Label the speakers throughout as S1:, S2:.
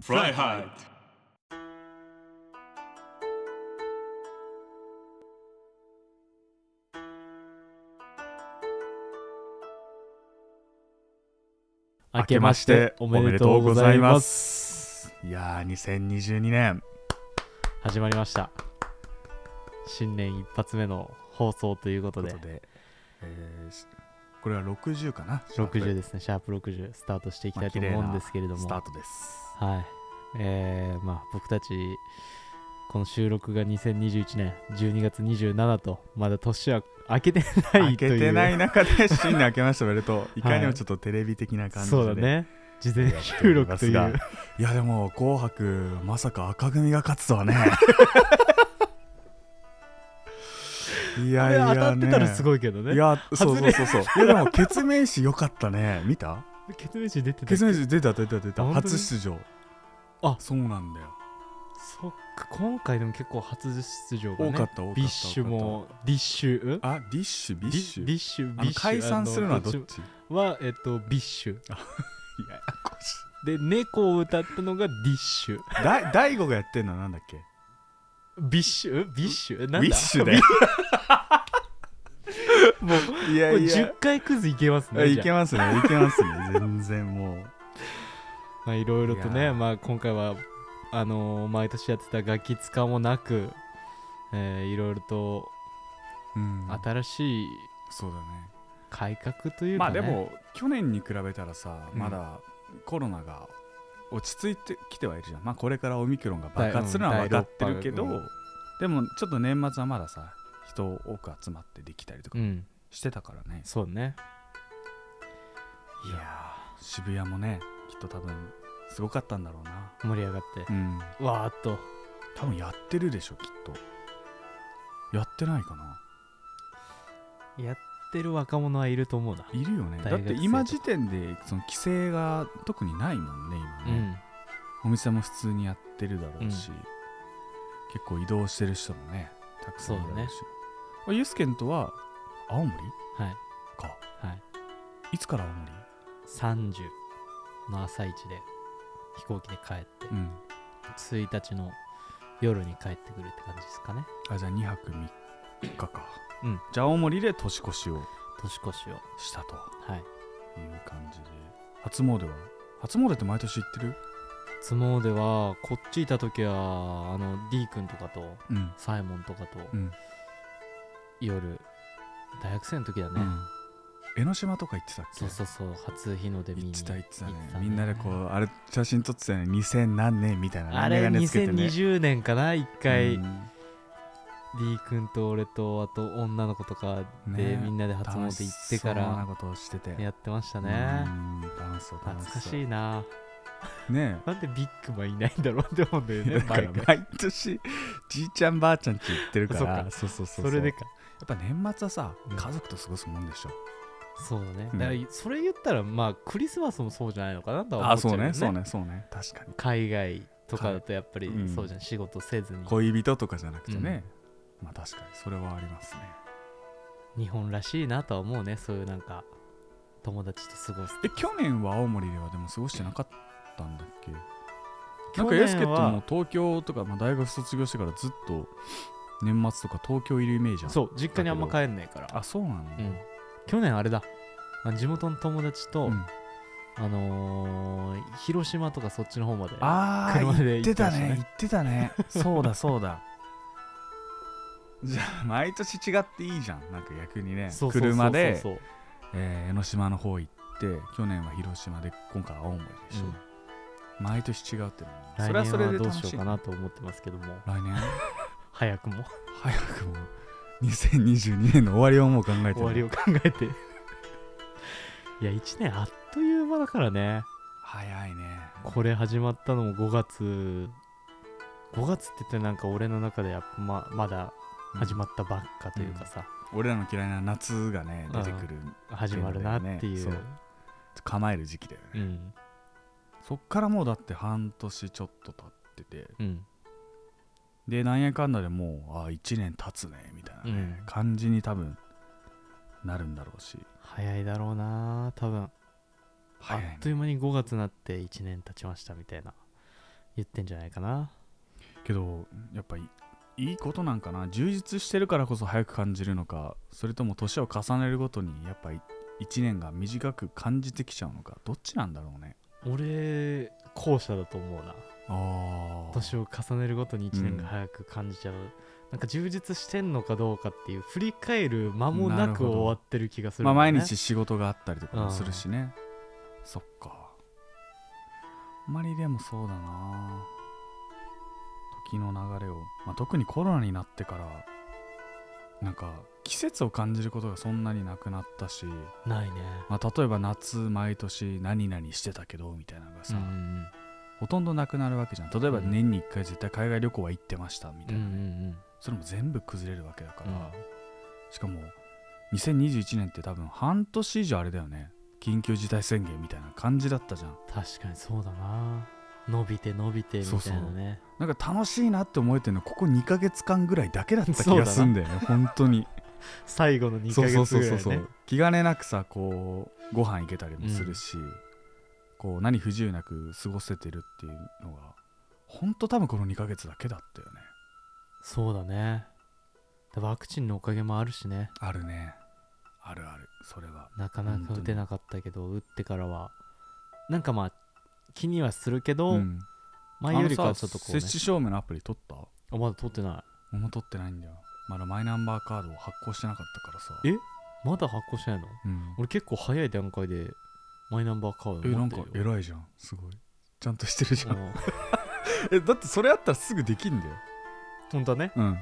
S1: Fly high.
S2: 明けましておめでとうございます
S3: す。いやー、2022年、
S2: 始まりました新年一発目の放送ということ
S3: という
S2: で
S3: ことで、えーしこれは60かな
S2: 60ですねシャープ60スタートしていきたいと思うんですけれど
S3: ス
S2: も
S3: タートです。
S2: はいえー、まあ僕たちこの収録が2021年12月27とまだ年は明けてない
S3: 開
S2: という
S3: けてない中で、新 年明けましておめでとう。いかにもちょっとテレビ的な感じで。
S2: そうだね事前
S3: やってお
S2: 収
S3: りま
S2: 録とい
S3: すが。
S2: う
S3: いや、でも、紅白、まさか赤組が勝つとは ね。い
S2: あ
S3: や
S2: れ
S3: いや、ね、
S2: 当たってたらすごいけどね
S3: いや、そ
S2: 外
S3: うそう
S2: れ
S3: そうそう。いや、でも、ケツメイシ良かったね。見た
S2: ケツメイシ出てた
S3: ケツメイシ出た出た出
S2: あ
S3: た
S2: 本当に
S3: 初出場
S2: あ
S3: そうなんだよ
S2: そっか今回でも結構初出場が、ね、
S3: 多かった多かった
S2: ビッシュもディッシュん
S3: あディッシュビッシュ
S2: ビッシュビ
S3: あ
S2: ッ
S3: の
S2: シュ
S3: 解散するのはどっち
S2: あ
S3: い
S2: のはえっとビッシュ
S3: ややこし
S2: で猫を歌ったのがディッシュ
S3: いだ大悟がやってんのはなんだっけ
S2: ビッシュビッシュなんだ
S3: ビッシュだよもう い
S2: こ
S3: や
S2: れ
S3: いや
S2: 10回クズいけますね
S3: い
S2: じゃあ
S3: けますねいけますね全然もう
S2: まあいろいろと
S3: い
S2: ね
S3: やー
S2: まあ今回はあのー毎年やってたガキ使もなくえーいろいろと
S3: うん
S2: 新しい
S3: そうだね
S2: 改革という
S3: ま
S2: か、
S3: あ
S2: ね
S3: でも去年に比べたらさ
S2: うん
S3: まだコロナが落ち着いてきてはいるじゃんまあこれからオミクロンが爆発するのは分かってるけど、
S2: うん第六
S3: でもちょっと年末はまださ人多く集まってできたりとか
S2: うん
S3: してたからね、
S2: そうね
S3: いやー渋谷もねきっと多分すごかったんだろうな
S2: 盛り上がって
S3: うん
S2: わーっと
S3: 多分やってるでしょきっとやってないかな
S2: やってる若者はいると思うない
S3: るよね
S2: 大
S3: だっ
S2: 学生
S3: て今時点でその規制が特にないもんね
S2: う
S3: 今ね、
S2: ん
S3: お店も普通にやってるだろうし、結構移動してる人もねたくさんいるだろうしあユースケンとは青森
S2: はい
S3: か
S2: はい
S3: いつから青森
S2: 30の朝一で飛行機で帰って、
S3: うん
S2: 1日の夜に帰ってくるって感じですかね
S3: あじゃあ2泊3日か
S2: うん
S3: じゃあ青森で年越しを
S2: 年越しを
S3: したと
S2: はい
S3: いう感じで初詣は初詣って毎年行ってる
S2: 相撲ではこっちいた時はあの D 君とかと
S3: うん
S2: サイモンとかと
S3: うん、
S2: 夜大学生の時だ
S3: う
S2: ね、
S3: ん、江ノ島とか行ってたっけ
S2: そうそうそう初日の出見
S3: 行
S2: に
S3: ってた行ってたね
S2: 行ってたね
S3: みんなでこうあれ写真撮ってたよね2000何年みたいな
S2: あれ
S3: 眼鏡つけてね
S2: 2020年かな一回
S3: う
S2: D
S3: ん
S2: 君と俺とあと女の子とかで
S3: ね
S2: みんなで初詣行ってか
S3: 楽しそうな
S2: ら
S3: ことをしてて
S2: やってましたね、
S3: うん楽しそう楽
S2: 懐
S3: しそう
S2: かしいな
S3: ね
S2: なんでビッグマンいないんだろうって思うんだよ
S3: え
S2: ね
S3: だか
S2: 毎
S3: ら
S2: 回
S3: 毎年じいちゃんばあちゃんち行ってるからそうそうそう
S2: それで
S3: や
S2: か
S3: っぱ年末はさ
S2: うん
S3: 家族と過ごすもんでしょ
S2: そうだね、
S3: うん
S2: だからそれ言ったらまあクリスマスもそうじゃないのかなとは思
S3: あ
S2: っちゃ
S3: そう
S2: う,、ね、
S3: ねそうねそうね確かに
S2: 海外とかだとやっぱり
S3: うん
S2: そうじゃん、仕事せずに
S3: 恋人とかじゃなくてねまあ確かにそれはありますね
S2: 日本らしいなとは思うねそういうなんか友達と過ごす
S3: え去年は青森ではでも過ごしてなかったんだっけなん
S2: 去
S3: か
S2: 年は
S3: エスケットも東京とか、まあ、大学卒業してからずっと年末とか東京いるイメージある
S2: そう実家にあんま帰んないから
S3: あそうなんだ、
S2: うん去年あれだあ地元の友達と、
S3: うん
S2: あのー広島とかそっちの方まで
S3: ああ
S2: 車で
S3: 言っ
S2: 行って
S3: て
S2: ま
S3: た
S2: したね
S3: ね言ってたねそうだそうだじゃあ毎年違っていいじゃんなんか逆にね
S2: そうそうそうそう
S3: 車で
S2: そう
S3: えー江ノ島の方行って去年は広島で今回は青森でしょ、
S2: うん
S3: 毎年違うってのも
S2: 来
S3: それは
S2: 年
S3: それ
S2: は
S3: で
S2: ど
S3: 楽
S2: うし
S3: し
S2: よ
S3: いう
S2: かなと思ってますけども
S3: 来年
S2: 早くも
S3: 早くも2022年の終わりをもう考えて
S2: 終わりを考えて いや1年あっという間だからね
S3: 早いね
S2: これ始まったのも5月5月って言ったらなんか俺の中でやっぱままだ始まったばっかというかさ、
S3: 俺らの嫌いな夏がね
S2: う
S3: 出
S2: ん
S3: てくる
S2: 始まるなっていう
S3: そう構える時期だよね、
S2: うん
S3: そっからもうだって半年ちょっと経ってて
S2: うん
S3: でなんやかんだでもうあ1年経つねみたいなね、
S2: うん
S3: 感じに多分なるんだろうし
S2: 早いだろうな多分、
S3: 早い
S2: あ
S3: ね
S2: っという間に5月になって1年経ちましたみたいな言ってんじゃないかな
S3: けどやっぱりいいことなんかな充実してるからこそ早く感じるのかそれとも年を重ねるごとにやっぱり1年が短く感じてきちゃうのかどっちなんだろうね
S2: 俺後者だと思うな
S3: ああ
S2: 年を重ねるごとに1年が早く感じちゃう、なんか充実してんのかどうかっていう振り返る間もな
S3: なるほ
S2: く
S3: ど
S2: 終わってる気がする
S3: まあ
S2: もんね、
S3: 毎日仕事があったりとかもするしねそっかあんまりでもそうだな時の流れを、まあ、特にコロナになってからなんか季節を感じることがそんなになくなったし、
S2: ないね
S3: まあ、例えば夏毎年何々してたけどみたいなのがさ、
S2: うんうん
S3: ほとんどなくなるわけじゃん例えば
S2: うん
S3: 年に1回絶対海外旅行は行ってましたみ
S2: う
S3: た
S2: ん
S3: いな
S2: う
S3: ね、
S2: ん
S3: それも全部崩れるわけだか
S2: う
S3: ら、
S2: ん
S3: しかも2021年って多分半年以上あれだよね緊急事態宣言みたいな感じだったじゃん
S2: 確かにそうだな伸びて伸びてみた
S3: そうそう
S2: いなね
S3: なんか楽しいなって思えてるのここ2ヶ月間ぐらいだけだった
S2: そう
S3: 気
S2: だ
S3: が
S2: な
S3: すんだよね本 当に
S2: 最後の2ヶ
S3: そうそう
S2: 月
S3: そう
S2: ぐ
S3: そう
S2: らい
S3: そ
S2: ね
S3: う、気兼ねなくさこうご飯行けたりもするし、こう何不自由なく過ごせてるっていうのが本当多分この2ヶ月だけだったよね
S2: そうだねでワクチンのおかげもあるしね
S3: あるねあるあるそれは
S2: なかな
S3: 本
S2: か
S3: 当に
S2: 打てなかったけど打ってからはなんかまあ気にはするけど、
S3: うん
S2: 前よりかはちょっとこう、
S3: あの
S2: ね
S3: さ、接種証明のアプリ取った
S2: あまだ取ってな
S3: 俺も取ってないんだよまだマイナンバーカードを発行してなかったからさ
S2: えいまだ発行してないの
S3: うん、
S2: 俺結構早い段階でマイナンバーカード
S3: えな
S2: 持っ
S3: ん
S2: て
S3: か
S2: るよ
S3: 偉いじゃんすごいちゃんとしてるじゃん
S2: うん
S3: えだってそれあったらすぐできんだよ
S2: 本当はね
S3: うん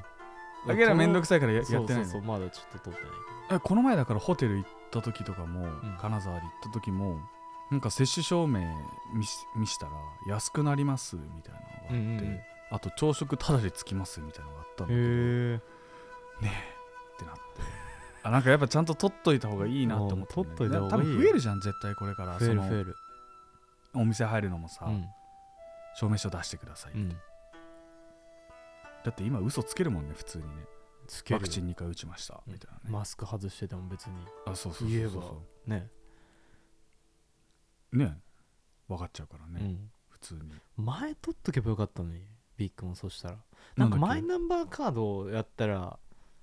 S3: だけどめんどく
S2: さ
S3: さいからや
S2: そ
S3: や
S2: う
S3: って
S2: そ
S3: な
S2: う
S3: い
S2: そう
S3: の
S2: まだちょっと取ってない
S3: えこの前だからホテル行った時とかも、
S2: ん
S3: 金沢で行った時もなんか接種証明見し見したら安くなりますみたいなのがあって、
S2: うんうんうん
S3: あと朝食タダでつきますみたいなのがあったんだ
S2: けど
S3: けど
S2: へ
S3: ってなってあなんかやっぱちゃんと取っといた方がいいなって思って、
S2: もう取っといた方がいいよ
S3: 多分増えるじゃん絶対これから
S2: え増える
S3: そ
S2: 増
S3: の
S2: える
S3: お店入るのもさ、
S2: うん
S3: 証明書出してください、
S2: うん
S3: だって今嘘つけるもんね普通にね
S2: つけ
S3: ワ
S2: る
S3: クチン2回打ちました
S2: うん
S3: みたいなね、
S2: マスク外してても別に
S3: あそうそうそう
S2: 言え
S3: そう
S2: ばね
S3: ね分かっちゃうからね、
S2: うん
S3: 普通に
S2: 前取っとけばよかったのにビッグもそしたらなんか
S3: だっ
S2: マ
S3: け
S2: イナンバーカードをやったら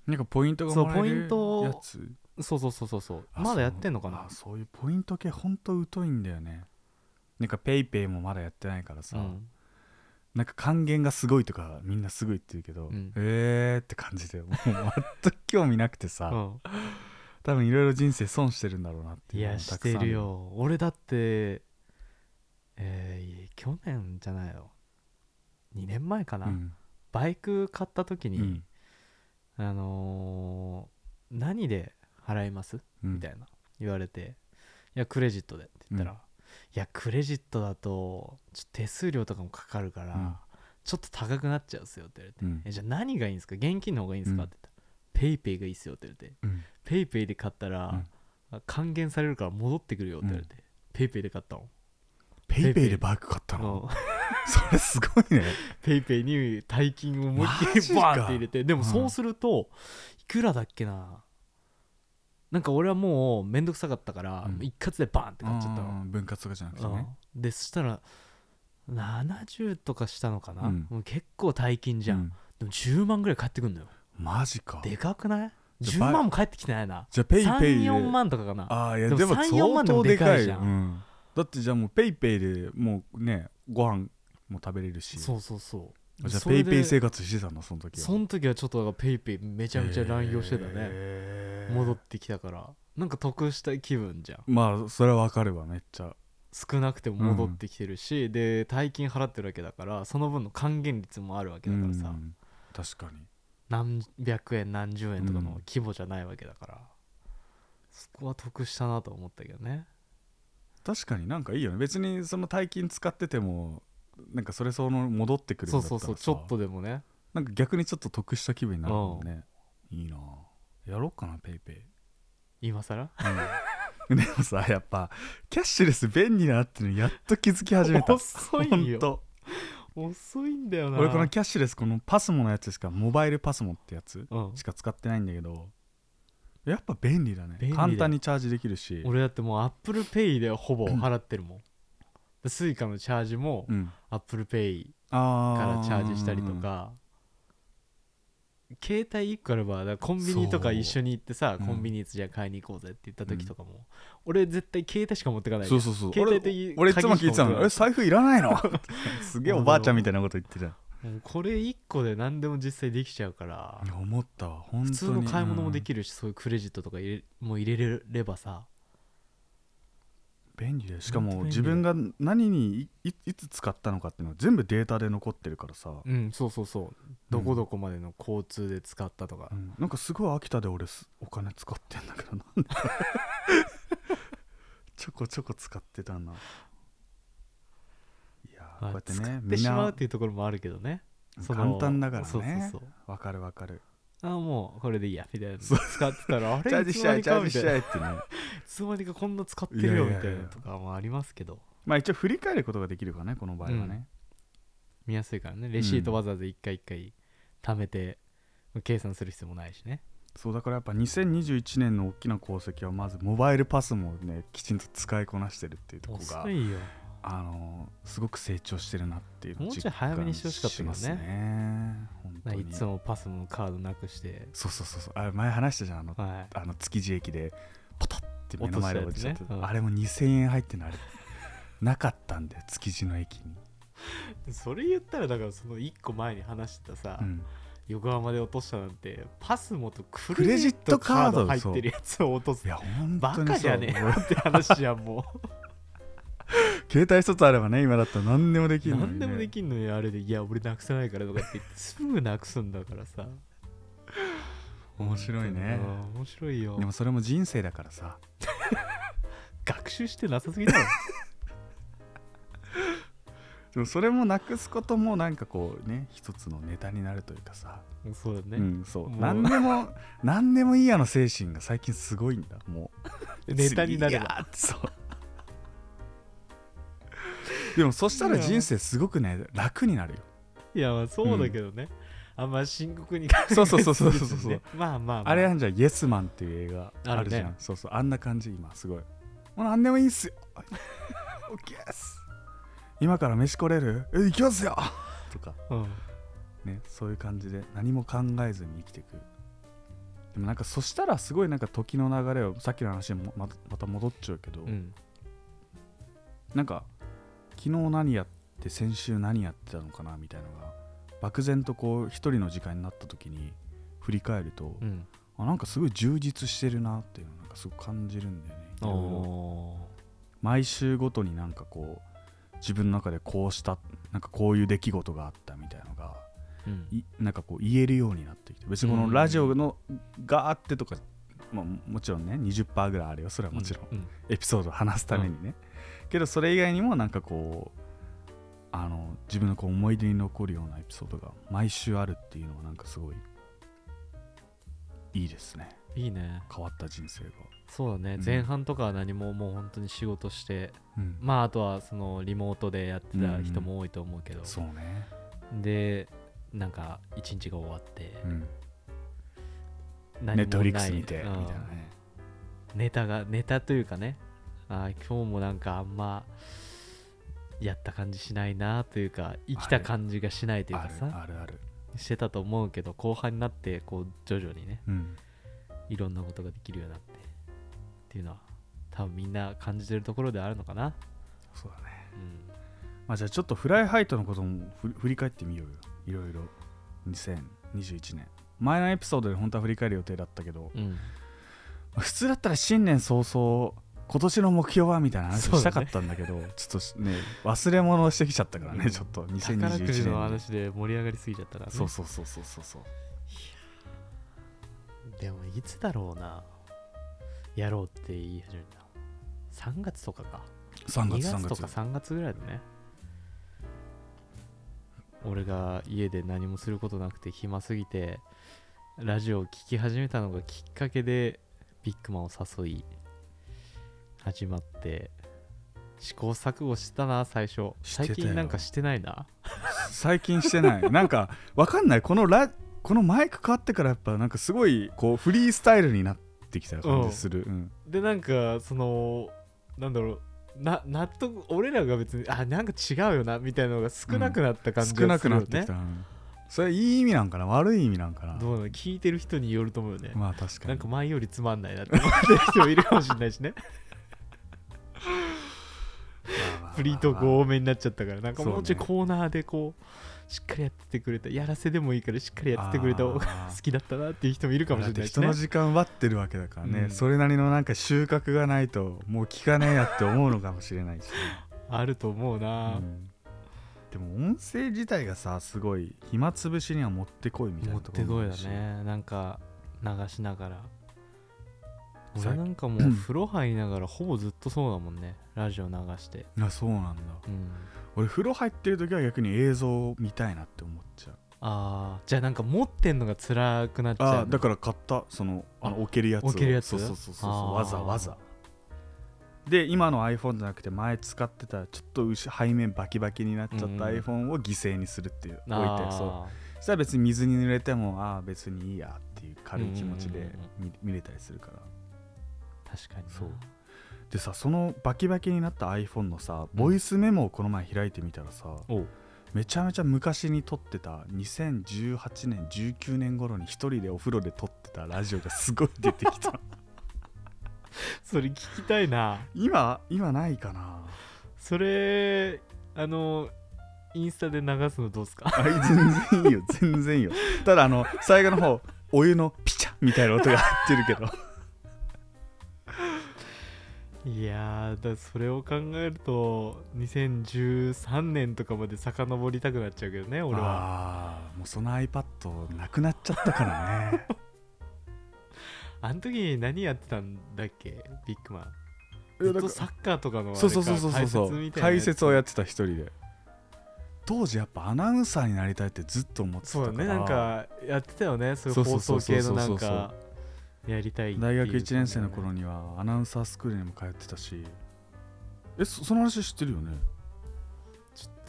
S3: なんかポイントがもらえ
S2: そうポイントを
S3: るやつ
S2: そうそうそうそうそう
S3: あ
S2: ま
S3: そう
S2: だやってんのかな
S3: あそういうポイント系ほんと疎いんだよねなんかペイペイもまだやってないからさ、
S2: うん
S3: なんか還元がすごいとかみんなすごいって言うけど、
S2: うん
S3: えーって感じでもう全く興味なくてさ、
S2: うん
S3: 多分いろいろ人生損してるんだろうなって
S2: い
S3: いうの
S2: や
S3: も
S2: した
S3: くさん
S2: てるよ俺だってえー去年じゃないよ2年前か
S3: あ
S2: な、
S3: る、うん
S2: バイク買った時
S3: う
S2: に、
S3: ん
S2: あのー何で払います
S3: うん
S2: みたいな言われていやクレジットでって言ったら、
S3: うん
S2: いやクレジットだとちょっと手数料とかもかかるから、
S3: うん
S2: ちょっと高くなっちゃうっすよって言われて、
S3: うん
S2: えじゃあ何がいいんですか現金の方がいいんですか、
S3: うん
S2: って言ったらペイペイがいいっすよって言われて
S3: うん
S2: ペイペイで買ったら、還元されるから戻ってくるよって言われて、ペイペイで買ったの
S3: ペイペイでバイク買ったの
S2: うん
S3: それすごいね
S2: ペイペイに大金を思いっき
S3: マ
S2: り
S3: ジか
S2: バーンって入れてでも
S3: うん
S2: そうすると、いくらだっけななんか俺はもうめんどくさかったから、
S3: うん
S2: 一括でバーンって買っちゃった
S3: う
S2: の
S3: ん分割とかじゃなくて
S2: うん
S3: ね、
S2: でそしたら70とかしたのかな、
S3: うん
S2: もう結構大金じゃん、でも10万ぐらい返ってくんのよ
S3: うんマジか
S2: でかくない
S3: じ
S2: ?10
S3: ゃばい
S2: 万も返ってきてないな
S3: じゃあペイペイで
S2: 34万とかかな
S3: ああいや
S2: でも
S3: でも
S2: 3 4
S3: 相
S2: 万でも
S3: 当
S2: で
S3: で
S2: か
S3: か
S2: い
S3: い
S2: じゃん
S3: うんだってじゃあもうペイペイでもうねご飯も食べれるし
S2: そうそうそう
S3: じゃあ
S2: そ
S3: ペ
S2: れ
S3: イ
S2: で
S3: ペイ生活してたんだその時は
S2: その時はちょっとだからペイペイめちゃめちゃ乱用してたね、
S3: へー
S2: 戻ってきたからなんか得した気分じゃん
S3: まあそれはわかるわめっちゃ
S2: 少なくても戻ってきてるし、で大金払ってるわけだからその分の還元率もあるわけだからさ、
S3: うん確かに
S2: 何百円何十円とか
S3: う
S2: の
S3: ん
S2: 規模じゃないわけだから、そこは得したなと思ったけどね
S3: 確かになんかいいよね別にその大金使っててもなんかそれその戻ってくる
S2: そ
S3: んだ
S2: う
S3: った
S2: そ
S3: ら
S2: う
S3: さ
S2: そうちょっとでもね
S3: なんか逆にちょっと得した気分になるもんねいいなぁやろうかなペイペ イ、
S2: 今更
S3: うんでもさやっぱキャッシュレス便利だなっていうのやっと気づき始めた
S2: 遅いよ
S3: ほんと
S2: 遅いんだよな
S3: 俺このキャッシュレスこのパスモのやつしかモバイルパスモってやつ
S2: うん
S3: しか使ってないんだけどやっぱ便利だね
S2: 便利だよ
S3: 簡単にチャージできるし
S2: 俺だってもうアップルペイでほぼ払ってるもん、スイカのチャージも
S3: うん
S2: アップルペイ
S3: あ
S2: からチャージしたりとか、携帯1個あればだからコンビニとか一緒に行ってさ
S3: そう
S2: コンビニじゃあ買いに行こうぜって言った時とかも、俺絶対携帯しか持ってかない
S3: そうそうそう
S2: 携帯という
S3: 俺俺いつも聞いてたの
S2: 鍵
S3: え
S2: しか
S3: 財布いらな いのすげえおばあちゃんみたいなこと言ってたい
S2: もうこれ1個で何でも実際できちゃうから
S3: や思ったわ本当に
S2: 普通の買い物もできるし、そういうクレジットとか入れもう入れれればさ
S3: うん便利だよしかも
S2: 本当便
S3: 自
S2: 利だよ
S3: 分が何にいいいつ使ったのかっていうのは全部データで残ってるからさ、
S2: うんそうそうそうどこどこまでの交通で使ったとか
S3: う、んなんかすごい秋田で俺すお金使ってんだけど なんでちょこちょこ使ってたないやーこ
S2: まあ
S3: うやって
S2: 使
S3: ね
S2: っ
S3: み
S2: て
S3: ん
S2: しまうっ
S3: な
S2: ていうところもあるけどねその
S3: 簡単だから
S2: そうそう
S3: ね
S2: そう
S3: わかるわかる
S2: ああもうこれでいいやみたいな
S3: そ
S2: 使ってた らあれ
S3: チャージ
S2: い
S3: し
S2: つ
S3: ちゃ
S2: ま
S3: え
S2: に
S3: チャ
S2: か
S3: ー
S2: み
S3: ジ
S2: たい
S3: しちゃ
S2: な
S3: え
S2: い
S3: ってね
S2: つまにかこんな使ってるよ
S3: いやい
S2: み
S3: やいや
S2: たいなとかもありますけど
S3: まあ一応振り返ることができるからねこの場合はね、
S2: 見やすいからねレシートわざわざ一回一回貯めて計算する必要もないしね
S3: そうだからやっぱ2021年の大きな功績はまずモバイルパスもねきちんと使いこなしてるっていうとこが
S2: 遅いよ
S3: あのーすごく成長してるなっていうのを
S2: もうちょい早めにしてほしかったけどね
S3: 実感しますね本当
S2: なんか
S3: に
S2: いつもパスもカードなくして
S3: そうそうそうそうあれ前話したじゃんあの
S2: は
S3: あの築地駅でポタッて目の前で落ちちゃっ
S2: 落
S3: た
S2: としたやつねうん
S3: あれも2000円入ってんのあれ なかったんだよ築地の駅に、
S2: いそれ言ったらだからその1個前に話してたさ、
S3: うん
S2: 横浜で落としたなんてパスモとク
S3: レ
S2: レジ
S3: ジッ
S2: ッ
S3: ト
S2: ト
S3: カ
S2: カー
S3: ード
S2: ド入ってるやつを落とす
S3: いや本
S2: バ
S3: 当に
S2: カじゃねえよって話じゃんも
S3: え携帯一つあればね今だったら何でもでき
S2: う
S3: るの
S2: 何
S3: に、ね、
S2: でもできんのよあれでいや俺なくさないからとかって言 ってすぐなくすんだからさ
S3: 面白いね
S2: うん面白いよ
S3: でもそれも人生だからさ
S2: 学習してなさすぎだろ
S3: でもそれもなくすこともなんかこうね一つのネタになるというかさ、
S2: そうだね、
S3: うんそう
S2: もう
S3: 何でも何でもいいやの精神が最近すごいんだもう
S2: ネタになれば
S3: いやーそう でもそしたら人生すごくね楽になるよ
S2: いやまあそうだけどね、あんま深刻に考え
S3: そうそうそうそうそう
S2: すぎずね まあまあ、ま
S3: あれなんじゃん「イエスマン」っていう映画
S2: あるね
S3: あるじゃんそうそうあんな感じ今すごいもう何でもいいっす よオッケーっす今から飯来れるえ行きますよとか
S2: うん
S3: ね、そういう感じで何も考えずに生きていくでもなんかそしたらすごいなんか時の流れをさっきの話にもままた戻っちゃうけど、
S2: うん
S3: なんか昨日何やって先週何やってたのかなみたいのが漠然とこう一人の時間になった時に振り返ると、
S2: うん
S3: あなんかすごい充実してるなっていうのをなんかすごく感じるんだよねいろいろ
S2: お
S3: 毎週ごとになんかこう自分の中でこうしたなんかこういう出来事があったみたいのが
S2: ーうん
S3: いなんかこう言えるようになってきて別にこのラジオのがあってとか、まあ、もちろんね20%ぐらいあるよそれはもちろん、
S2: うん
S3: エピソードを話すためにね、けどそれ以外にもなんかこうあの自分のこう思い出に残るようなエピソードが毎週あるっていうのはなんかすごいいいですね
S2: いいね
S3: 変わった人生が、
S2: そうだね、
S3: うん
S2: 前半とかは何ももう本当に仕事して
S3: うん
S2: まああとはそのリモートでやってた人も多いと思うけど、
S3: そうね、
S2: でなんか一日が終わって、
S3: うん、
S2: 何も
S3: ネットフリックス
S2: ない
S3: 見てみたい
S2: うん
S3: なね
S2: ネタがネタというかねあー今日もなんかあんまやった感じしないなというか生きた感じがしないという
S3: あ
S2: か
S3: る
S2: さ
S3: あるある、
S2: してたと思うけど後半になってこう徐々にね
S3: うん、
S2: いろんなことができるようになってっていうのは多分みんな感じてるところであるのかな、
S3: そうだね
S2: うん、
S3: まあ、じゃあちょっとフライハイトのこともふ振り返ってみようよいろいろ2021年前のエピソードで本当は振り返る予定だったけど、
S2: うん、
S3: 普通だったら新年早々今年の目標はみたいな話を
S2: そうだね
S3: したかったんだけどちょっとね忘れ物をしてきちゃったからね、
S2: うん
S3: ちょっと2021
S2: 宝くじ
S3: 年
S2: の
S3: に
S2: 話で盛り上がりすぎちゃったから、ね、
S3: そうそうそうそうそうそう
S2: でもいつだろうなやろうって言い始めた3月とかか
S3: 3
S2: 2
S3: 月3
S2: 月と
S3: 月
S2: か3月ぐらいだね俺が家で何もすることなくて暇すぎてラジオを聴き始めたのがきっかけでビッグマンを誘い始まって試行錯誤してたな最初
S3: してたよ
S2: 最近なんかしてないな
S3: 最近してないなんかわかんないこのラこのマイク変わってからやっぱなんかすごいこうフリースタイルになってきた感じする、うん
S2: でなんかそのなんだろうな納得俺らが別にあなんか違うよなみたいなのが少なくなった感じ
S3: 少な
S2: がす
S3: く
S2: るよ
S3: なって
S2: ね
S3: き、た、うんそれいい意味なんかな悪い意味なんかな
S2: どうなの聞いてる人によると思うよね、
S3: まあ確かに
S2: なんか前よりつまんないなって思ってる人もいるかもしれないし ねフリートーク多めになっちゃったからなんかもうちょい
S3: そうね
S2: コーナーでこうしっかりやっててくれたやらせでもいいからしっかりやっててくれた方が
S3: あー
S2: 好きだったなっていう人もいるかもしれないしね
S3: だって人の時間割ってるわけだからね、
S2: うん
S3: それなりのなんか収穫がないともう聞かねえやって思うのかもしれないし、ね
S2: あると思う
S3: う
S2: な、
S3: んでも音声自体がさすごい暇つぶしにはもってこいみたい
S2: 持
S3: な
S2: っ
S3: とこ
S2: て
S3: ろも
S2: こ
S3: あ
S2: い
S3: る
S2: だ
S3: し
S2: ねなんか流しながら
S3: さ
S2: 俺なんかもう風呂入りながらほぼずっとそうだもんねラジオ流して
S3: あそうなんだ
S2: うん
S3: 俺風呂入ってる時は逆に映像を見たいなって思っちゃう
S2: あーじゃあなんか持ってんのが辛くなっちゃ
S3: あ
S2: う
S3: だ
S2: の
S3: から買ったそのあの置けるやつを
S2: 置けるやつ
S3: そうそうそうそう
S2: あー
S3: わざわざで今の iPhone じゃなくて前使ってたちょっと後背面バキバキになっちゃった
S2: うん
S3: iPhone を犠牲にするっていう、置い
S2: あ
S3: て
S2: ー
S3: そうそしたら別に水に濡れてもああ別にいいやっていう軽い気持ち
S2: うんう
S3: で
S2: んうん
S3: 見,、見れたりするから
S2: 確かにな
S3: そうでさそのバキバキになった iPhone のさボイスメモをこの前開いてみたらさ、
S2: おう
S3: めちゃめちゃ昔に撮ってた2018年19年頃に一人でお風呂で撮ってたラジオがすごい出てきた
S2: それ聞きたいな
S3: 今今ないかな
S2: それあのインスタで流すのどうすか
S3: あ全然いいよ 全然いいよただあの最後の方お湯のピチャみたいな音が入ってるけど
S2: いやーだそれを考えると2013年とかまで遡りたくなっちゃうけどね俺は
S3: あーもうその iPad なくなっちゃったからね
S2: あの時何やってたんだっけビッグマン
S3: い
S2: ず
S3: や
S2: っ
S3: だか
S2: と
S3: ら
S2: サッカーとかのあれか
S3: そうそうそうそうそうそ
S2: 解
S3: う
S2: 説みたいな
S3: 解説をや
S2: っ
S3: ってた一人で当時やっぱアナウンサーになりたいってずっと思ってた
S2: そ
S3: か
S2: う
S3: ら
S2: だねなんかやってたよねそういう
S3: そうそ
S2: 放送
S3: うそうそう
S2: 系のなん
S3: そうそう
S2: かやりたいっていう
S3: 大学1年生の頃
S2: に
S3: にはアナウンサースクールにも通ってたしえそその話知ってるよね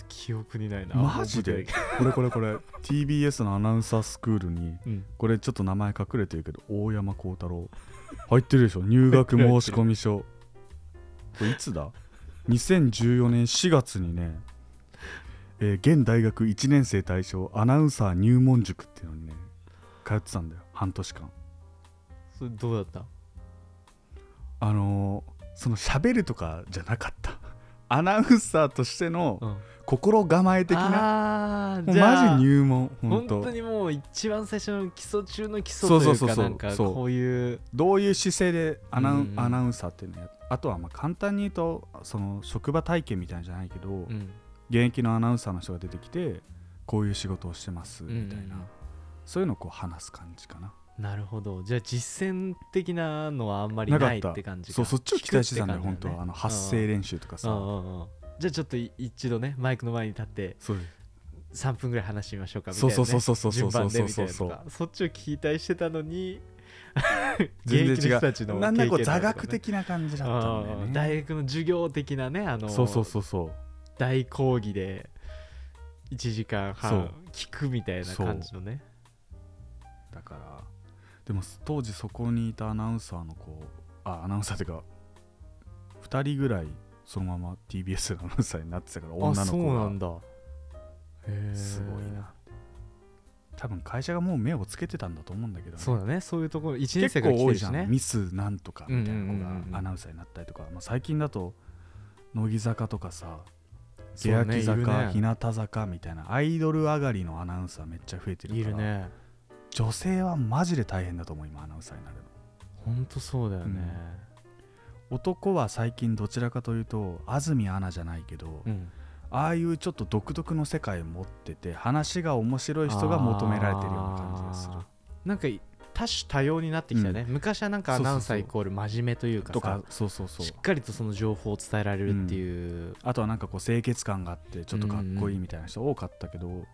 S2: 記憶にないな
S3: マジでこれこれこれ TBS のアナウンサースクールに
S2: うん
S3: これちょっと名前隠れてるけど大山幸太郎入ってるでしょ入学申し込み書これいつだ2014年4月にね、えー現大学1年生対象アナウンサー入門塾っていうのにね通ってたんだよ半年間
S2: それどうだった
S3: あのーその喋るとかじゃなかったアナウンサーとしての
S2: うん
S3: 心構え的な
S2: あー
S3: もう
S2: じゃあ
S3: マジ入門
S2: 本
S3: 本当
S2: 当にもう一番最初の基礎中の基礎というか
S3: そうそうそうそう
S2: なんか
S3: そう
S2: こういう
S3: どういう姿勢でアナウ,、
S2: うんうん
S3: アナウンサーっていうのやあとはまあ簡単に言うとその職場体験みたいなんじゃないけど、
S2: うん
S3: 現役のアナウンサーの人が出てきてこういう仕事をしてますみたいな、
S2: うんうん
S3: そういうのをこう話す感じかな
S2: なるほどじゃあ実践的なのはあんまり
S3: なか
S2: ない
S3: っ
S2: ったて感じか
S3: そうそっちを期待してたんだよ、
S2: 聞くっ
S3: 本
S2: て
S3: 当
S2: 感
S3: はあの
S2: じだね
S3: 発声練習とかさ、
S2: うんうんうんじゃあちょっとい一度ねマイクの前に立って
S3: そうです
S2: 3分ぐらい話してみましょうかみたいな、
S3: そう
S2: ね、
S3: そうそうそうそうそ
S2: 順
S3: うそ
S2: 番
S3: う
S2: で
S3: そう
S2: みた
S3: そ
S2: いうなと
S3: そう
S2: かそっちを期待してたのに現
S3: 全然違う
S2: 役の人たちの
S3: なんだこう
S2: 経験
S3: 座
S2: 談とか
S3: 学
S2: ね
S3: 的な感じだったんだよ
S2: うん
S3: ね
S2: 大学の授業的なねあの
S3: そうそうそうそう
S2: 大講義で1時間
S3: そ
S2: 半
S3: う
S2: 聞くみたいな感じのね
S3: だからでも当時そこにいたアナウンサーの子あアナウンサーっていうか2人ぐらいそのまま TBS のアナウンサーになってたから女
S2: あ
S3: の
S2: そう
S3: 子
S2: な
S3: が
S2: んだへー
S3: すごいな多分会社がもう目をつけてたんだと思うんだけどね、
S2: そうだねそういうところ1年
S3: 結
S2: 生から
S3: 構
S2: 来
S3: 多
S2: て
S3: い
S2: る
S3: じゃ
S2: し
S3: ん、
S2: ね
S3: ミスなんとかみたいな
S2: う
S3: 子
S2: んうんうんうん
S3: がアナウンサーになったりとか、まあ、最近だと乃木坂とかさ
S2: そうね
S3: 欅
S2: いる
S3: 坂、
S2: ね
S3: 日向坂みたいなアイドル上がりのアナウンサーめっちゃ増えてる
S2: い
S3: から
S2: るね
S3: 女性はマジで大変だと思う今アナウンサーになるの
S2: ほんとそうだよね
S3: 男は最近どちらかというと安住アナじゃないけど、
S2: うん
S3: ああいうちょっと独特の世界を持ってて話が面白い人が求められてるような感じがす
S2: あ
S3: る
S2: ーなんか多種多様になってきたよね、昔はなんかアナウンサーイコール真面目というかさ
S3: とかそうそうそう
S2: しっかりとその情報を伝えられるっていう、
S3: あとはなんかこう清潔感があってちょっとかっこいいみたいな人多かったけど、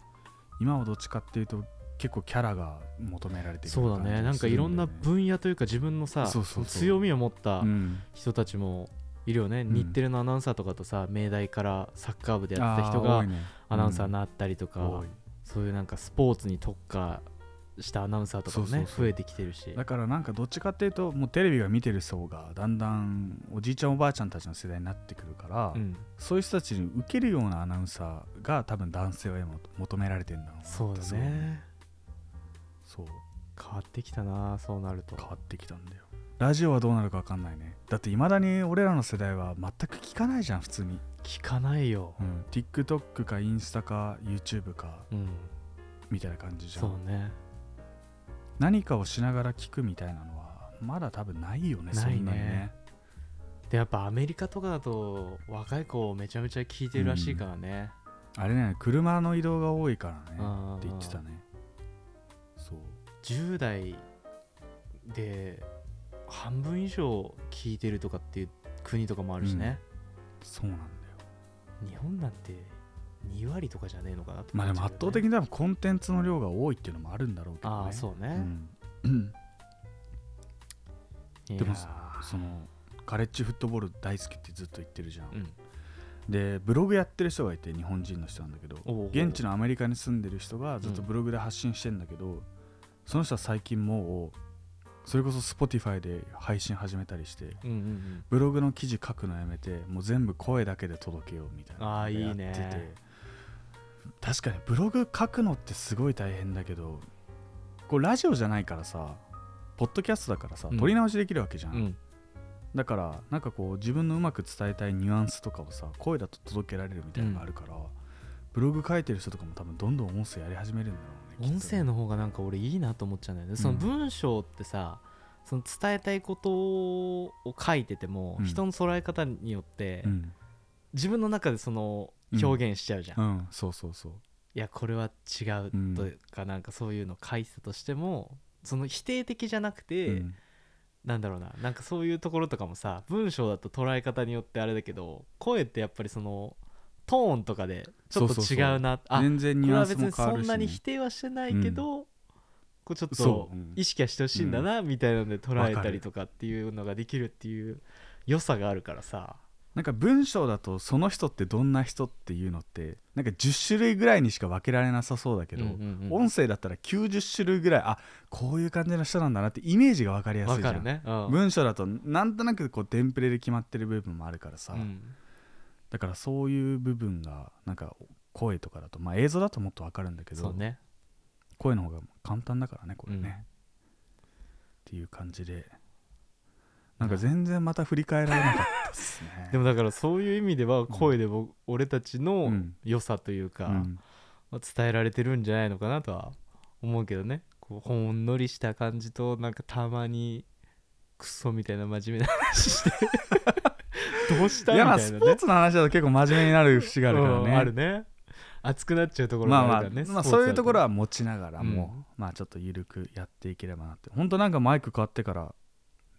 S3: 今はどっちかっていうと結構キャラが求められてる
S2: そうだねなんかいろんな分野というか自分のさ
S3: そうそうそう
S2: 強みを持った
S3: うん、
S2: 人たちもいるよね、
S3: ん
S2: 日テレのアナウンサーとかとさ明大からサッカー部でやってた人
S3: あー多
S2: が
S3: いね
S2: アナウンサー
S3: う
S2: に
S3: ん
S2: なったりとか、
S3: 多い
S2: そういうなんかスポーツに特化したアナウンサーとかもね
S3: そうそうそう
S2: 増えてきてるし
S3: だからなんかどっちかっていうともうテレビが見てる層がだんだんおじいちゃんおばあちゃんたちの世代になってくるから、
S2: うん
S3: そういう人たちに受けるようなアナウンサーが多分男性は今求められてるんだろうなって
S2: そうだ
S3: すごい思
S2: ね
S3: そう
S2: 変わってきたなそうなると
S3: 変わってきたんだよラジオはどうなるか分かんないねだっていまだに俺らの世代は全く聞かないじゃん普通に、
S2: 聞かないよ
S3: うん TikTok かインスタか YouTube か
S2: うん
S3: みたいな感じじゃん
S2: そうね
S3: 何かをしながら聞くみたいなのはまだ多分ないよ
S2: な
S3: ね
S2: いね
S3: そんなにね
S2: でやっぱアメリカとかだと若い子めちゃめちゃ聞いてるらしいからね、
S3: あれね車の移動が多いか
S2: うん
S3: ら
S2: うんうん
S3: ねって言ってたねそう
S2: 10代で半分以上聞いてるとかっていう国とかもあるしね、
S3: そうなんだよ
S2: 日本なんて2割とかじゃねえのかなって
S3: まあでも圧倒的
S2: に
S3: に多分コンテンツの量が多いっていうのもあるんだろうけどね
S2: ああそう
S3: う
S2: ね、
S3: んうん
S2: いやー
S3: でもそのカレッジフットボール大好きってずっと言ってるじゃん、
S2: うん
S3: でブログやってる人がいて日本人の人なんだけど
S2: おうおう
S3: 現地のアメリカに住んでる人がずっと
S2: うん
S3: ブログで発信してんだけど、その人は最近もうそれこそ Spotify で配信始めたりして
S2: うんうんうん
S3: ブログの記事書くのやめてもう全部声だけで届けようみたいな
S2: あー
S3: やってて
S2: いいね
S3: 確かにブログ書くのってすごい大変だけどこうラジオじゃないからさポッドキャストだからさ、
S2: うん
S3: 撮り直しできるわけじゃん、
S2: うん
S3: だからなんかこう自分のうまく伝えたいニュアンスとかをさ声だと届けられるみたいなのがあるから、ブログ書いてる人とかも多分どんどん音声やり始めるんだろうね
S2: 音声
S3: の
S2: の方がなんか俺いいなと思っちゃうんだよね、その文章ってさその伝えたいことを書いてても、
S3: うん
S2: 人の捉え方によって、
S3: うん、
S2: 自分の中でその表現しちゃうじゃん、い
S3: うん、そうそうそう
S2: やこれは違うとか、なんかそういうの書いてたとしてもその否定的じゃなくて、
S3: うん
S2: なんだろうななんかそういうところとかもさ文章だと捉え方によってあれだけど声ってやっぱりそのトーンとかでちょっと
S3: そうそうそう
S2: 違うなあ
S3: 全然
S2: こ
S3: ニ
S2: れ
S3: ュア
S2: は
S3: ンス
S2: 別
S3: も
S2: に
S3: 変わ
S2: そ
S3: る
S2: ん
S3: し
S2: な
S3: ね、
S2: に否定はしてないけど、こうちょっと
S3: そううん
S2: 意識はしてほしいんだなみたいなので捉えたりとかっていうのができるっていう良さがあるからさ
S3: なんか文章だとその人ってどんな人っていうのってなんか10種類ぐらいにしか分けられなさそうだけど、
S2: うんうんうん
S3: 音声だったら90種類ぐらいあこういう感じの人なんだなってイメージが分かりやすい
S2: わ
S3: じ
S2: か
S3: ゃん
S2: るね、うん
S3: 文章だとなんとなくこうテンプレで決まってる部分もあるからさ、
S2: うん
S3: だからそういう部分がなんか声とかだとまあ映像だともっと分かるんだけ
S2: そ
S3: ど、
S2: うね
S3: 声の方が簡単だからねこれね、
S2: うん
S3: っていう感じでなんか全然また振り返られなかったっすね
S2: でもだからそういう意味では声で僕、俺たちの
S3: うん
S2: 良さというか、
S3: うん
S2: まあ伝えられてるんじゃないのかなとは思うけどねこうほんのりした感じとなんかたまにクソみたいな真面目な話 してどうした
S3: い
S2: み
S3: やま
S2: た
S3: あ
S2: い
S3: ス
S2: な
S3: ポ
S2: ね
S3: ーツの話だと結構真面目になる節があるからね,、
S2: うんあるね熱くなっちゃうところ
S3: まあ
S2: も
S3: ま
S2: あ
S3: あ、
S2: るからね、
S3: まあ、そういうところ
S2: は
S3: は持ちながらも、まあちょっと緩くやっていければなって本当なんかマイク変わってから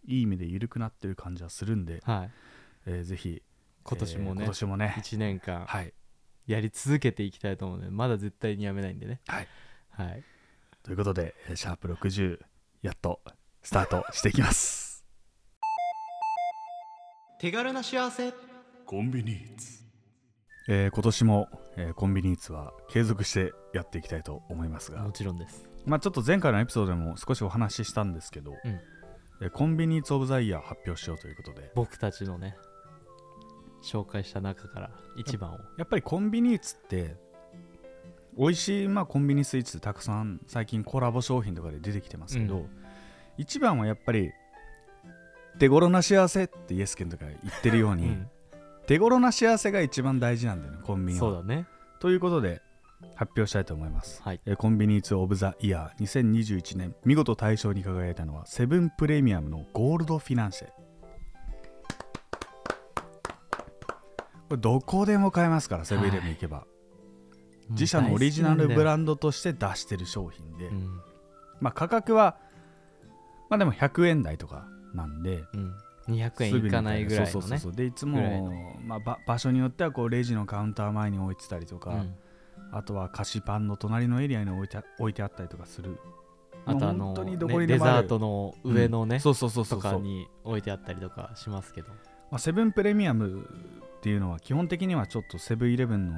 S3: いい意味で緩くなってる感じはするんで、
S2: はい
S3: えーぜひ
S2: 今年も
S3: えー
S2: ね、
S3: 今年もね
S2: 1年間
S3: はい
S2: やり続けていきたいと思うのでまだ絶対にやめないんでね
S3: はい
S2: はい
S3: ということで、えーシャープ60やっとスタートしていきます。
S2: 手軽な幸せ
S1: コンビニーツ
S3: えー今年も、えーコンビニーツは継続してやっていきたいと思いますが
S2: も、ちろんです
S3: まあ、ちょっと前回のエピソードでも少しお話ししたんですけど、
S2: うん
S3: えーコンビニーツ・オブ・ザ・イヤー発表しようということで
S2: 僕たちのね紹介した中から一番を
S3: やっぱりコンビニーツって美味しい、まあ、コンビニスイーツたくさん最近コラボ商品とかで出てきてますけど、
S2: うん
S3: 一番はやっぱり手頃な幸せってイエスケンとか言ってるように、手頃な幸せが一番大事なんだよねコン
S2: う
S3: ビ
S2: ん
S3: ニ
S2: そう
S3: は。
S2: だね
S3: ということで発表したいと思います、
S2: はい
S3: えーコンビニーツ・オブ・ザ・イヤー2021年見事大賞に輝いたのはセブンプレミアムのゴールドフィナンシェこれどこでも買えますからセブンイレブン行けば、自社のオリジナルブランドとして出してる商品で、
S2: うん
S3: まあ価格はまあでも100円台とかなんで、
S2: うん、200円いかないぐらい
S3: そ
S2: の
S3: うそう
S2: ね
S3: そうでいつ
S2: ぐらいの
S3: も、まあ、ば場所によってはこうレジのカウンター前に置いてたりとか、
S2: うん
S3: あとは菓子パンの隣のエリアに置いてあ置いてあったりとかする
S2: あとあ
S3: もう
S2: の
S3: 本当にどこ
S2: ね
S3: に
S2: デ
S3: でもあ
S2: ザ
S3: る
S2: ートの上のね、
S3: そうそうそうそ
S2: と
S3: うそう
S2: かに置いてあったりとかしますけど
S3: まあ、セブンプレミアムっていうのは基本的にはちょっとセブンイレブンの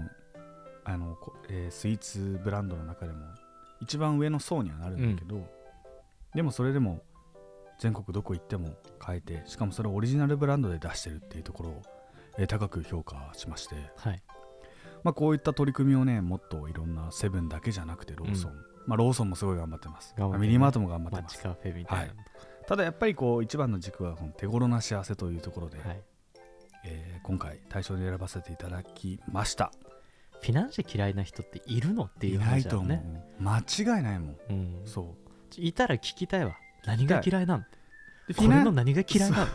S3: あの、こえースイーツブランドの中でも一番上の層にはなるんだけど、でもそれでも全国どこ行っても買えてしかもそれをオリジナルブランドで出してるっていうところを、えー高く評価しまして、
S2: はい
S3: まあ、こういった取り組みをねもっといろんなセブンだけじゃなくてローソン、
S2: う
S3: まあ、ローソンもすごい頑張ってます
S2: 頑張ってるね
S3: まあミニマートも頑張って
S2: マ
S3: ま
S2: チ
S3: す
S2: カフェみたいなのと
S3: ただやっぱりこう一番の軸はこの手頃な幸せというところで、
S2: か、はい、
S3: えー今回大賞に選ばせていただきました
S2: フィナンシェ嫌いな人っているのっていう
S3: ない
S2: 話だ
S3: と
S2: よ
S3: 思う、
S2: ね
S3: 間違いないもん
S2: い,、うん、
S3: そう
S2: ちょいたら聞きたいわ何が嫌いなの
S3: で
S2: これの何が嫌いなの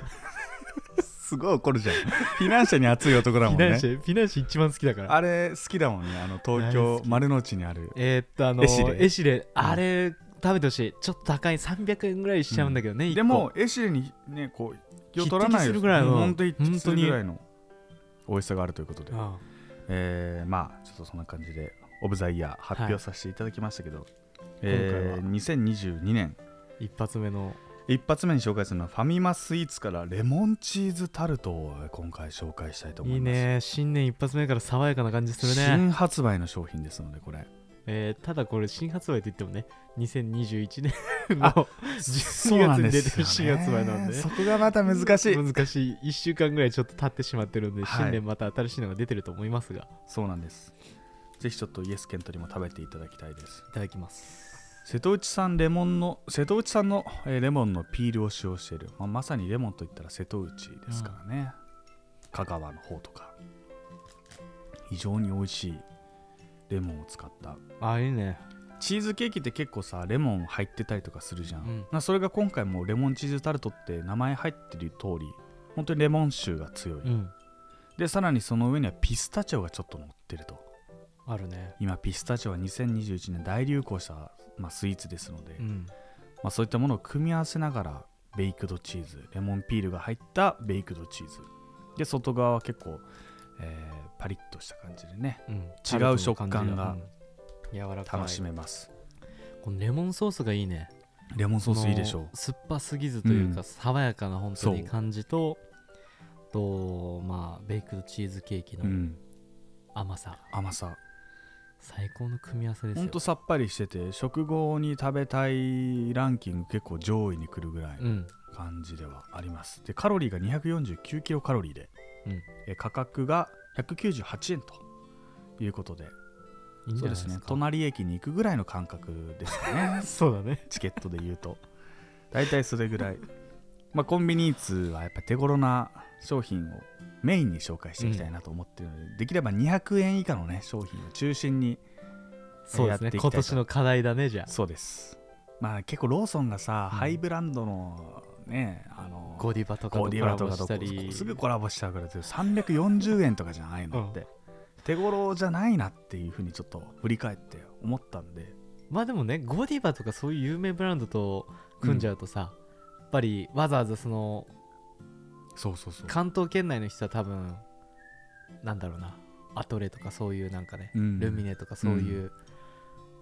S3: すごい怒るじゃん フィナンシェに熱い男だもんね
S2: ェフィナンシェ一番好きだか
S3: あれ好きだもんねあの東
S2: 大
S3: 京
S2: 好き
S3: 丸の内にある
S2: えーっとあの
S3: エシレ
S2: エシレあれ食べてほしいちょっと高い300円ぐらいしちゃうんだけどね、一個
S3: でもエシレにねこう気を取ら
S2: 匹敵
S3: ない
S2: するぐらいの
S3: 本当に匹敵す
S2: 本
S3: る
S2: 当に
S3: ぐらいの美味しさがあるということで
S2: うん
S3: えーまあちょっとそんな感じでオブザイヤー発表させていただきましたけど、えー2022年
S2: 一発目の
S3: 一発目に紹介するのはファミマスイーツからレモンチーズタルトを今回紹介したいと思
S2: い
S3: い
S2: い
S3: ます
S2: ね新年一発目から爽やかな感じするね、
S3: 新発売の商品ですのでこれ
S2: えーただこれ新発売といってもね2021年の
S3: そうなん
S2: 12
S3: ですよ
S2: 月に出てる新発売なんでね
S3: そこがまた 難しい
S2: 難しい1週間ぐらいちょっと経ってしまってるんで、
S3: はい
S2: 新年また新しいのが出てると思いますが
S3: そうなんですぜひちょっとイエスケントにも食べていただきたいです
S2: いただきます
S3: 瀬戸内産レモンの瀬戸内産の、えーレモンのピールを使用している、まあ、まさにレモンといったら瀬戸内ですからね、香川の方とか非常に美味しいレモンを使った
S2: あいいね
S3: チーズケーキって結構さレモン入ってたりとかするじゃ
S2: う
S3: ん、
S2: ん
S3: なそれが今回もレモンチーズタルトって名前入ってる通り本当にレモン臭が強い、
S2: うん
S3: でさらにその上にはピスタチオがちょっと乗ってると
S2: あるね
S3: 今ピスタチオは2021年大流行した、まあ、スイーツですので、
S2: うん
S3: まあ、そういったものを組み合わせながらベイクドチーズレモンピールが入ったベイクドチーズで外側は結構、えーパリッとした感じでね
S2: うん
S3: 違う食感が
S2: うん柔らかい
S3: 楽しめます、
S2: このレモンソースがいいね
S3: レモンソースいいでしょう
S2: この酸っぱすぎずというか、
S3: うん
S2: 爽やかな本当
S3: そ
S2: に
S3: う
S2: 感じととまあベイクドチーズケーキ
S3: う
S2: の
S3: ん、
S2: 甘さ、
S3: 甘さ
S2: 最高の組み合わせです
S3: ほ
S2: よ
S3: んとさっぱりしてて食後に食べたいランキング結構上位に来るぐらいの
S2: うん
S3: 感じではありますでカロリーが249キロカロリーで、
S2: うん
S3: え価格が198円ということで
S2: いいんじ
S3: そう
S2: ゃないで
S3: で
S2: す
S3: す
S2: か
S3: ね隣駅に行くぐらいの感覚ですか ね
S2: そうだね
S3: チケットで言うと大体それぐらい、まあ、コンビニーツはやっぱ手頃な商品をメインに紹介していきたいなと思ってるので、できれば200円以下のね商品を中心に
S2: そうです
S3: やっ
S2: ね
S3: ていき
S2: 今
S3: たいと
S2: 年の課題だねじゃあ
S3: そうですまあ結構ローソンがさ、
S2: うん
S3: ハイブランドのねあの
S2: ゴディバとか
S3: ゴ
S2: と
S3: デ
S2: コ
S3: ィバ
S2: ラ
S3: と
S2: ボ
S3: かと
S2: したり
S3: すぐコラボしちゃうから340円とかじゃないのって、手頃じゃないなっていうふうにちょっと振り返って思ったんで
S2: まあでもねゴディバとかそういう有名ブランドと組んじゃうとさ、やっぱりわざわざその
S3: そうそうそう
S2: 関東圏内の人は多分なんだろうなアトレとかそういうなんかね、
S3: うん
S2: ルミネとかそういう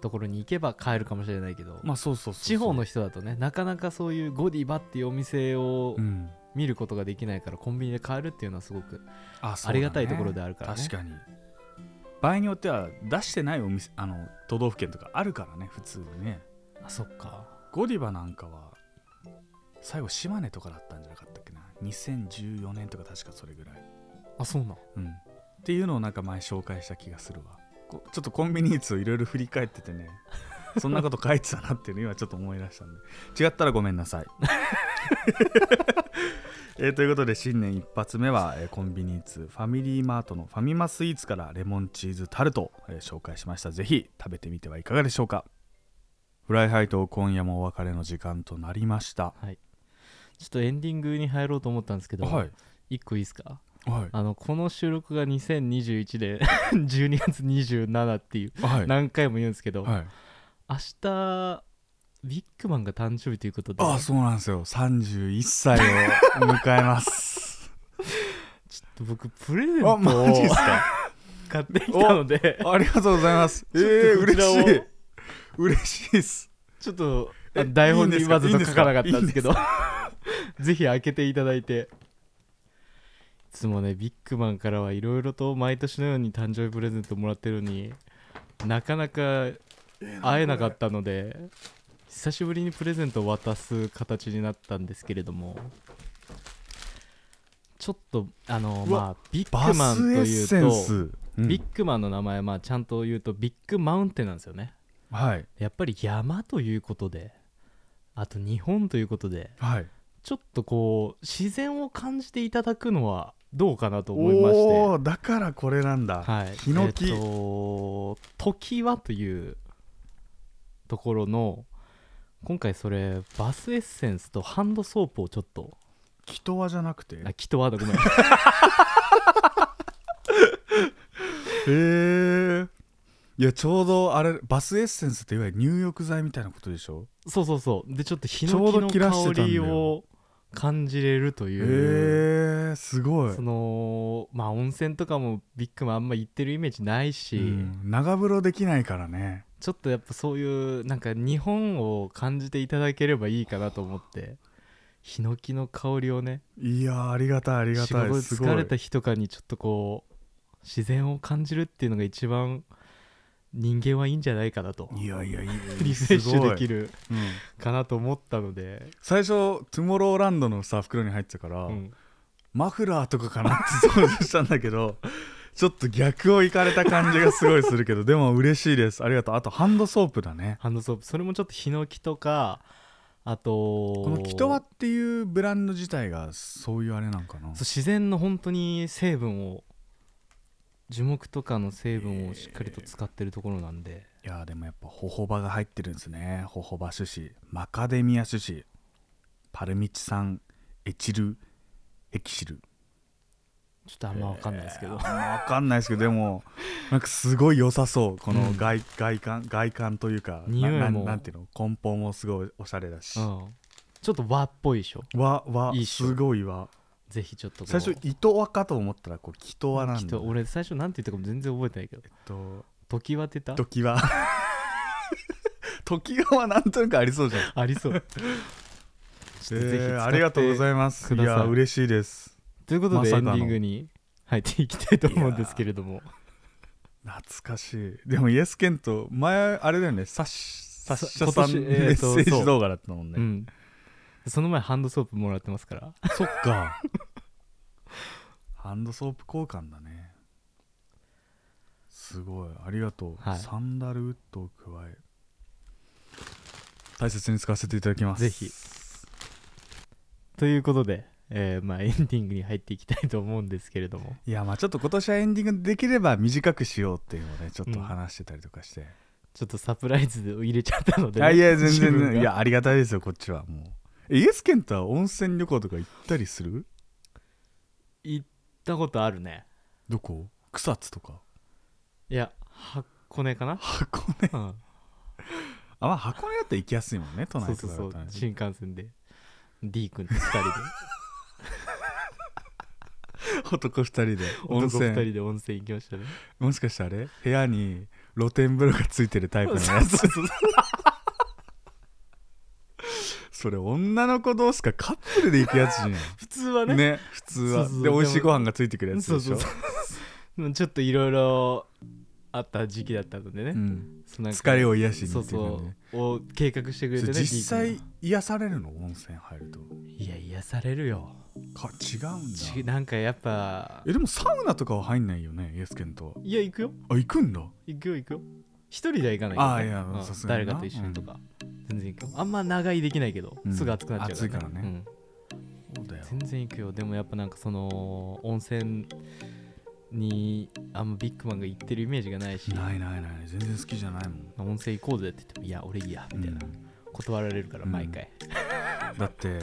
S2: ところに行けば買えるかもしれないけど、
S3: まあそうそうそうそう
S2: 地方の人だとねなかなかそういうゴディバっていうお店を
S3: うん
S2: 見ることができないから、コンビニで買えるっていうのはすごく
S3: あ
S2: ありがたいところであるからね
S3: 確かに場合によっては出してないお店あの都道府県とかあるからね普通にね
S2: あそっか
S3: ゴディバなんかは最後島根とかだったんじゃなかったっけな2014年とか確かそれぐらい、
S2: あそうなん
S3: うん、っていうのをなんか前紹介した気がするわこちょっとコンビニーツをいろいろ振り返ってて ねそんなこと書いてたなっていうの今ちょっと思い出したんで違ったらごめんなさ いえーということで新年一発目は、えーコンビニーツファミリーマートのファミマスイーツからレモンチーズタルトを、えー紹介しましたぜひ食べてみてはいかがでしょうかフライハイと今夜もお別れの時間となりました
S2: ちょっとエンディングに入ろうと思ったんですけど、
S3: はい
S2: 一個いいですか
S3: は
S2: あのこの収録が2021で 12月27っていう
S3: いはい
S2: 何回も言うんですけど、
S3: はい
S2: 明日ビッグマンが誕生日ということで
S3: ああそうなんですよ31歳を迎えます
S2: ちょっと僕プレゼント
S3: あ
S2: を
S3: マジっすか
S2: 買ってきたので
S3: ありがとうございます。え
S2: ちょ
S3: ー、
S2: っとこちらを
S3: 嬉しい。嬉しいっす。
S2: ちょっと
S3: え
S2: あ台本
S3: いいんで
S2: に
S3: すか
S2: わざと書かなかったんですけど ぜひ開けていただいていつもねビッグマンからはいろいろと毎年のように誕生日プレゼントもらってるのになかなか会えなかったので久しぶりにプレゼントを渡す形になったんですけれどもちょっとあの
S3: うわ
S2: まあビッ
S3: バ
S2: グマンと
S3: スエッ
S2: いう
S3: セ
S2: と
S3: ンス、うん
S2: ビッグマンの名前まあちゃんと言うとビッグマウンテンなんですよね
S3: はい
S2: やっぱり山ということであと日本ということで
S3: はい
S2: ちょっとこう自然を感じていただくのはどうかなと思いまして
S3: おおーだからこれなんだ、
S2: はい、
S3: ヒノキ
S2: えっと「時は」というところの今回それバスエッセンスとハンドソープをちょっと
S3: キトワじゃなくて
S2: あキトワだごめん
S3: へえいやちょうどあれバスエッセンスっていわゆる入浴剤みたいなことでしょ
S2: そうそうそうでちょっとヒ
S3: ちょ
S2: ノ
S3: うど
S2: キ
S3: 切らし
S2: の
S3: てたんだ
S2: 香
S3: よ
S2: りを感じれると
S3: へ
S2: いう、
S3: えすごい
S2: そのまあ温泉とかもビッグもあんま行ってるイメージないし、
S3: うん長風呂できないからね
S2: ちょっとやっぱそういうなんか日本を感じていただければいいかなと思ってヒノキの香りをね
S3: いやーありがたいありが
S2: 仕
S3: た
S2: 事で
S3: いすご
S2: 疲れ
S3: い
S2: た日とかにちょっとこう自然を感じるっていうのが一番人間はいいんじゃないかなと
S3: いやいやいい
S2: リセッシュでき
S3: る、
S2: る
S3: うん
S2: かなと思ったので、
S3: 最初トゥモローランドのさ袋に入ってたから、
S2: うん
S3: マフラーとかかなって想像したんだけど ちょっと逆をいかれた感じがすごいするけどで も嬉しいですありがとうあとハンドソープだね
S2: ハンドソープそれもちょっとヒノキとかあと
S3: このキトワっていうブランド自体がそういうあれなんか
S2: そ
S3: な
S2: う自然の本当に成分を樹木とかの成分をしっかりと使ってるところなんで、
S3: いやーでもやっぱホホバが入ってるんですねホホバ種子マカデミア種子パルミチ酸エチルヘキシル
S2: ちょっとあんま分かんないですけど、
S3: 分かんないですけどでも なんかすごい良さそうこの
S2: うん
S3: 外,、外観外観というか
S2: 匂いも
S3: ななんなんていうの梱包もすごいおしゃれだし、
S2: うんちょっと和っぽいでしょ
S3: わわ
S2: いいっしょ
S3: すごいわ
S2: ぜひちょっとこう
S3: 最初糸輪かと思ったらこうキトワな
S2: き
S3: ん
S2: っ
S3: だ
S2: と俺最初なんて言ったかも全然覚えてないけど
S3: えっと
S2: 時は出た
S3: 時は 時ははなんとなくありそうじゃん
S2: あり そうちょっとぜひ使って、
S3: えーありがとうございます
S2: く
S3: い
S2: ださい
S3: や嬉しいです
S2: ということで、
S3: ま
S2: エ
S3: さ
S2: ンデ
S3: かの
S2: ィングに入っていきたいと思うんですけれども
S3: 懐かしいでもイエスケント前あれだよねサッサッシャさ
S2: 今
S3: ん
S2: 年
S3: メ
S2: え
S3: ッ
S2: ー
S3: セ
S2: と
S3: ージ
S2: そう
S3: 動画だったもん
S2: う
S3: ね
S2: んその前ハンドソープもらってますから
S3: そっか ハンドソープ交換だねすごいありがとう、
S2: はい
S3: サンダルウッドを加え大切に使わせていただきます
S2: ぜひということで、えーまあ、エンディングに入っていきたいと思うんですけれども
S3: いやまあちょっと今年はエンディングできれば短くしようっていうのをねちょっと
S2: うん
S3: 話してたりとかして、
S2: ちょっとサプライズを入れちゃったので、
S3: あいや全
S2: 自分
S3: 然
S2: が
S3: いやありがたいですよこっちはもうえイエスケントは温泉旅行とか行ったりする
S2: 行ったことあるね
S3: どこ草津とか
S2: いや箱根かな、
S3: 箱根
S2: うん
S3: あまあ箱根だったら行きやすいもんね都
S2: そう
S3: 内
S2: そ
S3: と
S2: う
S3: かだ
S2: そ
S3: っ
S2: う
S3: たらね
S2: 新幹線で D 君と2人で
S3: 男2人で 温
S2: 男2
S3: 泉
S2: 人で温泉行きましたね
S3: もしかしてあれ部屋に露天風呂がついてるタイプのやつそれ女の子同士かカップルで行くやつじ
S2: 普通は
S3: ゃ
S2: ね
S3: んね普通は
S2: そうそう
S3: で美味しいご飯がついてくるやつ
S2: そう
S3: でし
S2: そ
S3: ょ
S2: うそうちょっといろいろあった時期だったのでね、
S3: うん
S2: そのなんか
S3: 疲れを癒しに
S2: そう
S3: っていうのね
S2: そうを計画してくれてね
S3: それ実
S2: D
S3: 際癒されるの温泉入ると
S2: 君いや癒されるよ
S3: か違うんだ
S2: ちなんかやっぱ
S3: えでもサウナとかは入んないよねイエスケント
S2: いや行くよ
S3: はあ行くんだ
S2: 行くよ行くよ一人では行かないけど、
S3: あーいや
S2: うん
S3: さすが
S2: 誰
S3: にな
S2: かと一緒にとか、全然行くよあんま長居できないけど、
S3: うん
S2: すぐ暑くなっちゃうから、
S3: 暑いからね
S2: うん
S3: そうだよ
S2: 全然行くよでもやっぱなんかその温泉にあんまビッグマンが行ってるイメージがないし
S3: ないないない全然好きじゃないもん
S2: 温泉行こうぜって言ってもいや俺いいやみたいな、
S3: うん
S2: 断られるから
S3: うん
S2: 毎回、
S3: だって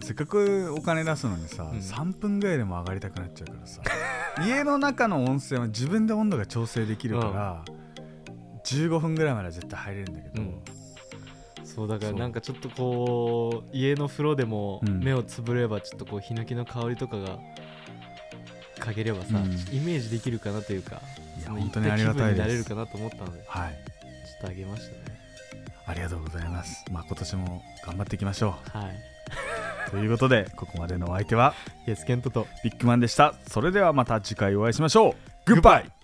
S3: せっかくお金出すのにさ、
S2: うん
S3: 3分ぐらいでも上がりたくなっちゃうからさ 家の中の温泉は自分で温度が調整できるから、15分ぐらいまでは絶対入れるんだけど、
S2: うんそうだから
S3: そう
S2: なんかちょっとこう家の風呂でも
S3: うん
S2: 目をつぶればちょっとこうヒノキの香りとかがかければさ、
S3: うん
S2: イメージできるかなというか
S3: いや
S2: その
S3: 本当に
S2: 行った
S3: ありがた
S2: 気分
S3: い
S2: になれ
S3: で
S2: る
S3: す
S2: かなと思ったのでちょ
S3: はい
S2: っとあげましたね
S3: ありがとうございますまあ今年も頑張っていきましょ
S2: はいう
S3: ということでここまでのお相手は
S2: イエスケントと
S3: ビッグマンでしたそれではまた次回お会いしましょうグッバイ